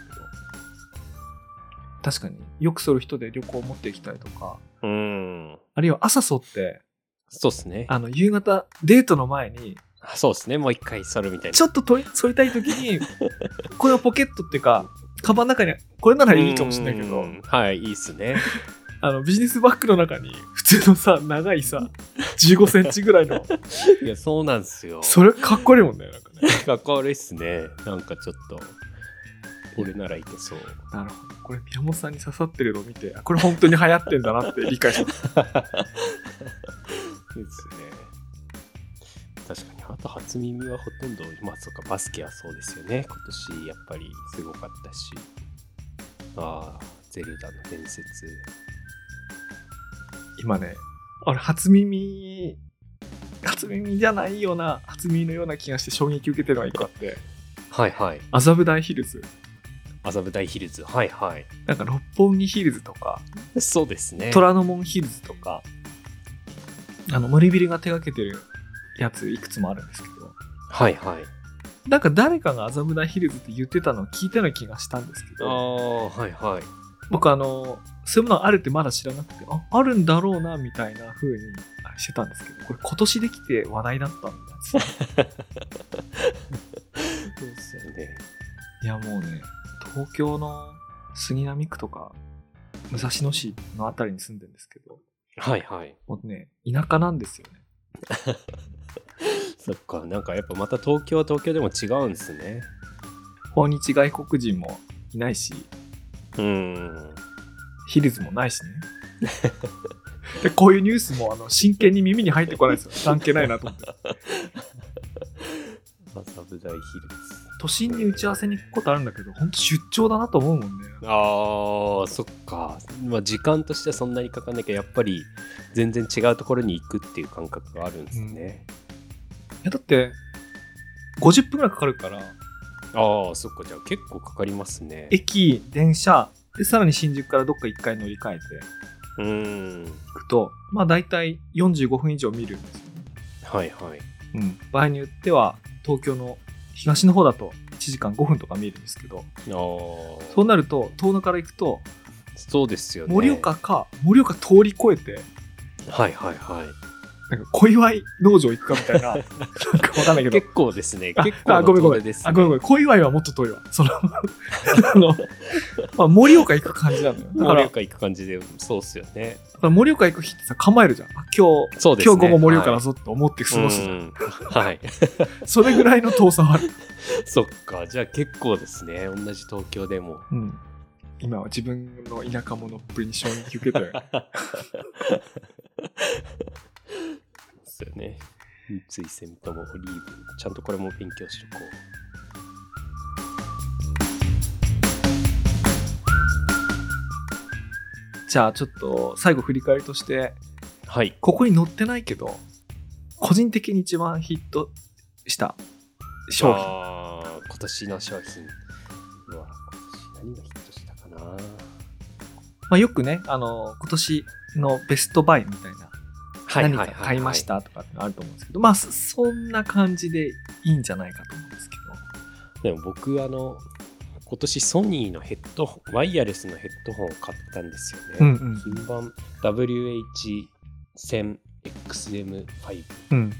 S1: 確かによく剃る人で旅行持って行きたいとか
S2: うん
S1: あるいは朝剃って
S2: そうですね
S1: あの夕方デートの前に
S2: あそうですねもう一回剃るみたいな
S1: ちょっと取り剃りたい時 にこれをポケットっていうかカバンの中にこれならいいかもしれないけ
S2: う
S1: ど
S2: んはいいいっすね
S1: あのビジネスバッグの中に普通のさ長いさ1 5ンチぐらい の
S2: いやそうなんですよ
S1: それかっこいいもんねなんかね
S2: かっこ悪いっすねなんかちょっと俺ならいけそう
S1: なるほどこれ宮本さんに刺さってるのを見てあこれ本当に流行ってんだなって理解しま した
S2: ですね確かにあと初耳はほとんどまあそっかバスケはそうですよね今年やっぱりすごかったしああゼルダの伝説
S1: 今ね俺初耳初耳じゃないような初耳のような気がして衝撃受けてるのが一個あって
S2: はいはい
S1: 麻布台ヒルズ
S2: 麻布台ヒルズはいはい
S1: なんか六本木ヒルズとか
S2: そうですね
S1: 虎ノ門ヒルズとか、あの、森ビルが手掛けてるやついくつもあるんですけど、
S2: はいはい
S1: なんか誰かが麻布台ヒルズって言ってたのを聞いたような気がしたんですけ
S2: あ
S1: ど、
S2: あはいはい
S1: 僕あの、そういうものがあるってまだ知らなくて、あ、あるんだろうな、みたいな風にあれしてたんですけど、これ今年できて話題だったんですよ
S2: そうですよね
S1: いやもうね、東京の杉並区とか、武蔵野市のあたりに住んでるんですけど、
S2: はいはい
S1: もうね、田舎なんですよね。
S2: そっかなんかやっぱまた東京は東京でも違うんですね
S1: 訪日外国人もいないし、
S2: うん
S1: ヒルズもないしね。でこういうニュースもあの真剣に耳に入ってこない ですよ。関係ないなと思って。
S2: 麻布台ヒルズ
S1: 都心に打ち合わせに行くことあるんだけど、本当出張だなと思うもんね。
S2: あーそっか、まあ、時間としてはそんなにかかんないけどやっぱり全然違うところに行くっていう感覚があるんですね、
S1: いやだって、50分ぐらいかかるから、
S2: ああそっかじゃあ結構かかりますね
S1: 駅、電車、で、さらに新宿からどっか1回乗り換えて
S2: うーん
S1: いくと、まあ大体45分以上見るんですよね。
S2: はいはい
S1: うん。場合によっては、東京の東の方だと1時間5分とか見るんですけど、
S2: ああ
S1: そうなると、遠野から行くと、
S2: そうですよね
S1: 盛岡か、盛岡通り越えて、
S2: はいはいはい
S1: なんか小祝い農場行くかみたい な、なんかわかんないけど。
S2: 結構ですね
S1: あ
S2: 結構
S1: あごめんごめん
S2: 遠出ですね
S1: あ、ごめんごめん。小祝いはもっと遠いわ。その、あの、まあ、盛岡行く感じなのよ。だから、だ
S2: 盛
S1: か
S2: 岡行く感じでそうっすよね
S1: ら盛岡行く日ってさ、構えるじゃん。あ今日、
S2: そうです
S1: 今日午
S2: ね
S1: 後盛岡だ
S2: はい
S1: ぞって思って過ごすじゃん。
S2: うんはい
S1: それぐらいの遠さはある。
S2: そっかじゃあ結構ですね同じ東京でも
S1: うん。今は自分の田舎者っぷりに衝撃受けた よ。
S2: ですよね。三井線ともオリーブ。ちゃんとこれも勉強しとこ
S1: じゃあちょっと最後振り返りとして
S2: はい。
S1: ここに載ってないけど、個人的に一番ヒットした商品。
S2: あー今年の商品は、今年何がヒットしたかな
S1: まあ、よくね、あの、今年のベストバイみたいな、何か買いまし。たとかってのあると思うんですけど、まあ、そそんな感じでいいんじゃないかと思うんですけど。
S2: でも僕、あの、今年ソニーのヘッドホン、ワイヤレスのヘッドホンを買ったんですよね。
S1: うんうん
S2: 金版 WH1000XM5。
S1: うん。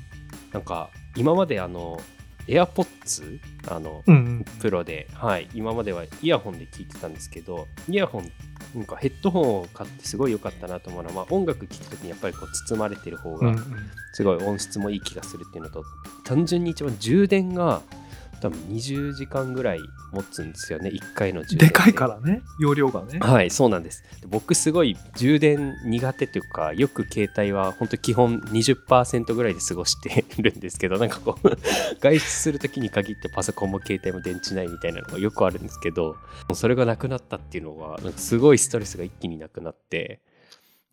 S2: なんか、今まであの、AirPods? あの、
S1: うんうん。
S2: プロで、はい、今まではイヤホンで聞いてたんですけどイヤホンなんかヘッドホンを買ってすごい良かったなと思うのは、まあ、音楽聴く時にやっぱりこう包まれてる方
S1: うんう
S2: が
S1: ん
S2: すごい音質もいい気がするっていうのと単純に一番充電が多分20時間ぐらい持つんですよね1回の充電
S1: でかいからね、容量がね。
S2: はいそうなんですで僕すごい充電苦手というかよく携帯は本当基本20%ぐらいで過ごしてるんですけどなんかこう 外出する時に限ってパソコンも携帯も電池ないみたいなのがよくあるんですけどもうそれがなくなったっていうのはなんかすごいストレスが一気になくなって。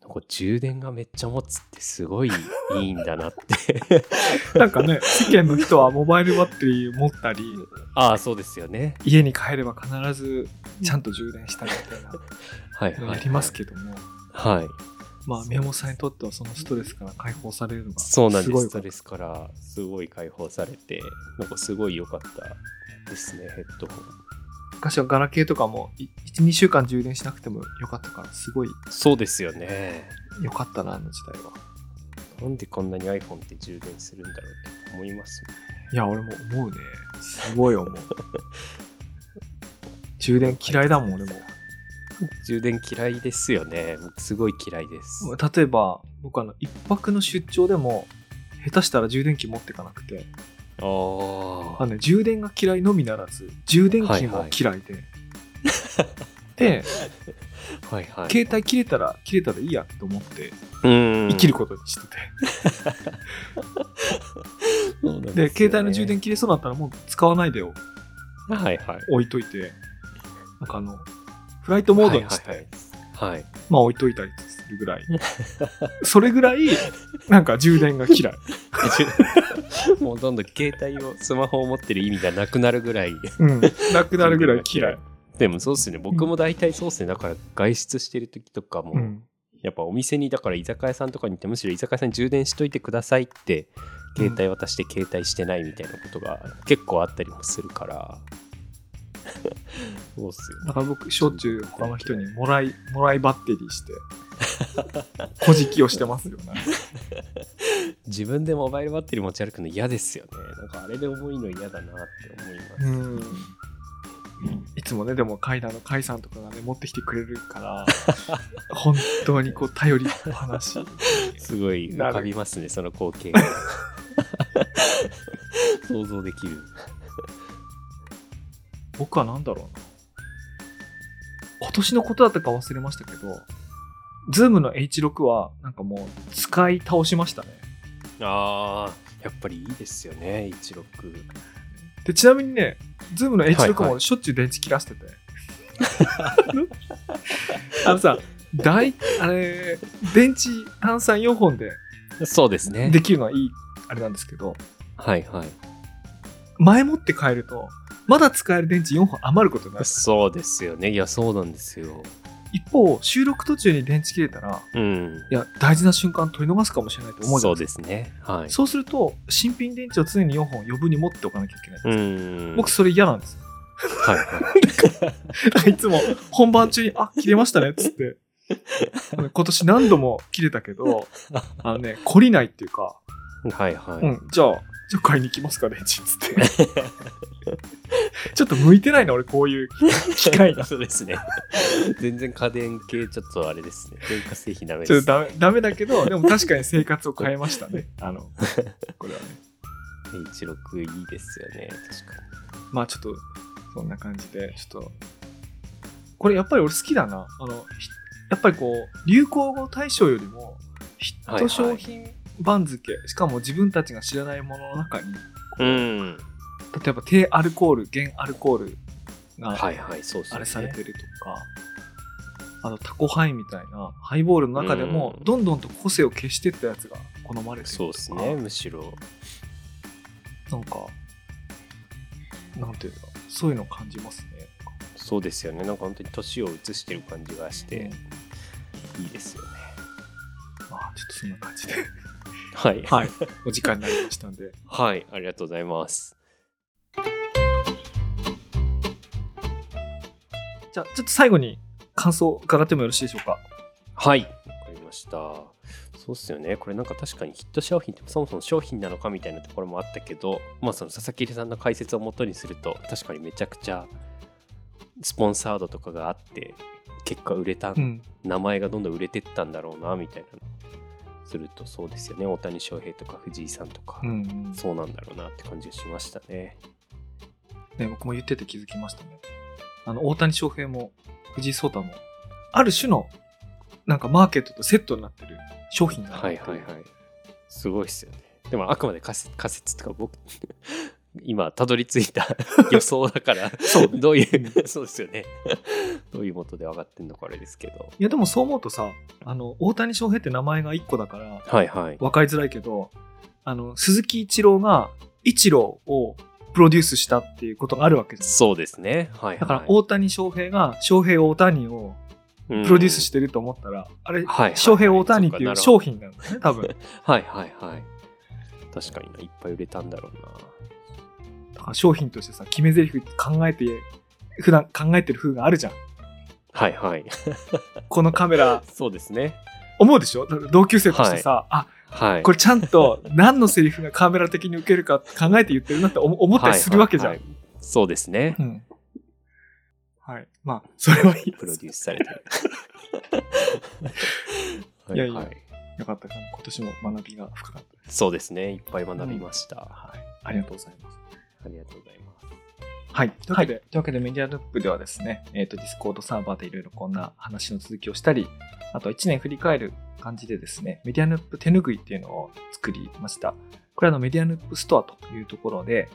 S2: なんか充電がめっちゃ持つってすごいいいんだなって
S1: なんかね、世間の人はモバイルバッテリー持ったり、
S2: ああそうですよね
S1: 家に帰れば必ずちゃんと充電したりみたい
S2: はい
S1: な
S2: は
S1: の
S2: い、
S1: やりますけども、
S2: はい
S1: まあ、宮本さんにとってはそのストレスから解放されるのが
S2: そうなん
S1: す
S2: で
S1: ご
S2: す。
S1: い
S2: ストレスからすごい解放されて、なんかすごい良かったですね、ヘッドホン。
S1: 昔はガラケーとかも12週間充電しなくてもよかったからすごい
S2: そうですよね。
S1: 良かったなあの時代は
S2: なんでこんなに iPhone って充電するんだろうって思いますね。
S1: いや俺も思うねすごい思う充電嫌いだもん俺も
S2: 充電嫌いですよね。僕すごい嫌いです。
S1: 例えば僕あの一泊の出張でも下手したら充電器持ってかなくて
S2: あ
S1: あのね、充電が嫌いのみならず充電器も嫌いで、で
S2: あ、はいはい。
S1: 携帯切れたら切れたらいいやと思って
S2: 生
S1: 生きることにしてて、
S2: と
S1: で携帯の充電切れそうだったらもう使わないでよ
S2: はいはい。
S1: 置いといてなんかあのフライトモードにして、
S2: はいはい、はい。
S1: まあ置いといたりするぐらいそれぐらいなんか充電が嫌い
S2: はい、 もうどんどん携帯を、スマホを持ってる意味がなくなるぐらい。
S1: うんなくなるぐらい嫌い、
S2: でもそうですね、僕も大体そうですね、だから外出してる時とかも、
S1: うん、
S2: やっぱお店に、だから居酒屋さんとかに行って、むしろ居酒屋さんに充電しといてくださいって、携帯渡して携帯してないみたいなことが結構あったりもするから、 そうっすよね
S1: だから僕しょっちゅう他の人にもらいもらいバッテリーしてこじきをしてますよね
S2: 自分でモバイルバッテリー持ち歩くの嫌ですよね。なんかあれで重いの嫌だなって思います。
S1: うんいつもねでも階段の甲斐さんとかがね持ってきてくれるから本当にこう頼りっぱなし
S2: すごい
S1: なる
S2: 浮かびますね、その光 景が。想像できる。
S1: 僕は何だろうな今年のことだったか忘れましたけど Zoom の H6 はなんかもう使い倒しましたね
S2: ああ、やっぱりいいですよね、16。
S1: でちなみにね Zoom の H6
S2: はいは
S1: もしょっちゅう電池切らしてて、 あのさ大あれ電池単三4本で
S2: そうですね。
S1: できるのはいいあれなんですけど
S2: はいはい。
S1: 前もって変えるとまだ使える電池4本余ることになる
S2: そうですよね。いや、そうなんですよ。
S1: 一方収録途中に電池切れたら
S2: うん。
S1: いや大事な瞬間取り逃すかもしれないと思うじゃな
S2: そう
S1: いで
S2: です
S1: か
S2: すね。はい。
S1: そうすると新品電池を常に4本余分に持っておかなきゃいけない、
S2: うん。
S1: 僕それ嫌なんですよ
S2: はいは
S1: だからいつも本番中に「あ切れましたね」っつって今年何度も切れたけ どあのね懲りないっていうか、
S2: い。はいはい。
S1: うん、じゃあじゃあ買いに行きますか電池っつって ちょっと向いてないな俺こういう機械 が
S2: そうですね。全然家電系、ちょっとあれですね。電化製品ダメ
S1: ちょ
S2: で
S1: っと
S2: す。
S1: ダメダメだけど、でも確かに生活を変えましたね。あ の、これはね。
S2: 16いいですよね。確か
S1: まあちょっと、そんな感じで、ちょっと、これやっぱり俺好きだな。あの、ひやっぱりこう、流行語大賞よりも、ヒット商品番付、しかも自分たちが知らないものの中に、
S2: に。うん。
S1: 例えば低アルコール、減アルコールが
S2: はいはい、そうですね。
S1: あれされてるとか、あのタコハイみたいなハイボールの中でも
S2: うん
S1: どんどんと個性を消してったやつが好まれてる
S2: そうですね、むしろ。
S1: なんかなんていうんだろうそういうのを感じますね
S2: そうですよね。なんか本当に年を移してる感じがして、いいですよね。
S1: まあちょっとそんな感じで
S2: はい。
S1: はい お時間になりましたんで
S2: はい、ありがとうございます。
S1: じゃあちょっと最後に感想を伺ってもよろしいでしょうか
S2: はい。わかりました。そうっすよね。これなんか確かにヒット商品ってそもそも商品なのかみたいなところもあったけど、まあその佐々木さんの解説をもとにすると、確かにめちゃくちゃスポンサードとかがあって、結果売れた、
S1: うん
S2: 名前がどんどん売れてったんだろうな、みたいな。するとそうですよね。大谷翔平とか藤井さんとか、
S1: うん
S2: そうなんだろうなって感じがしましたね。
S1: ね、僕も言ってて気づきましたね。あの、大谷翔平も藤井聡太も、ある種の、なんかマーケットとセットになってる商品だな
S2: はいはいはい。すごいっすよね。でもあくまで仮説仮説とか僕今たどり着 いた予想だから
S1: そうね
S2: どういうそうですよねどういうことで上がってんのかあれですけど
S1: いや、でもそう思うとさ、あの、大谷翔平って名前が1個だから、
S2: はいはい
S1: 分かりづらいけど、あの、鈴木一郎が、一郎をプロデュースしたっていうことがあるわけじゃん。
S2: そうですねはい
S1: だから
S2: は、い
S1: 大谷翔平が、翔平大谷を
S2: プ
S1: プロデュースしてると思ったら、あれ、
S2: はいはい
S1: 翔平大谷ってい
S2: そうっかなるほ
S1: 商品なんだよね、多分。
S2: はいはいはい確かにないっぱい売れたんだろうな
S1: だから商品としてさ決め台詞考えて普段考えてる風があるじゃん
S2: はいはい
S1: このカメラ
S2: そうですね
S1: 思うでしょだから同級生としてさ、
S2: は
S1: あ
S2: い
S1: これちゃんと何のセリフがカメラ的に受けるか考えて言ってるなって思思ったりするわけじゃん、
S2: はいはいはいそうですね
S1: うんはいまあそれはいい
S2: プ
S1: で
S2: ロ
S1: す
S2: デュースさ れてるはい
S1: やいや
S2: はい
S1: よかったかな今年も学びが深かったです
S2: そうですね。いっぱい学びました。は
S1: はいありがとうございます
S2: い、ありがとうございます。
S1: はい。というわけで、というわけでメディアルップではですね、えっ、と、ディスコードサーバーでいろいろこんな話の続きをしたり、あと1年振り返る感じでですね、メディアルップ手拭いっていうのを作りました。これはあのメディアルップストアというところで、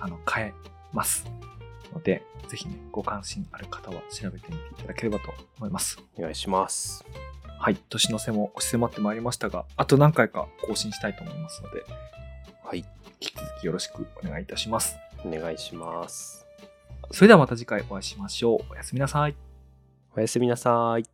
S1: あの、買えます。ので、ぜひね、ご関心ある方は調べてみていただければと思います。
S2: お願いします。
S1: はい。年の瀬も押し迫ってまいりましたが、あと何回か更新したいと思いますので、
S2: はい、
S1: 引き続きよろしくお願いいたします。
S2: お願いします。
S1: それではまた次回お会いしましょう。おやすみなさい。
S2: おやすみなさい。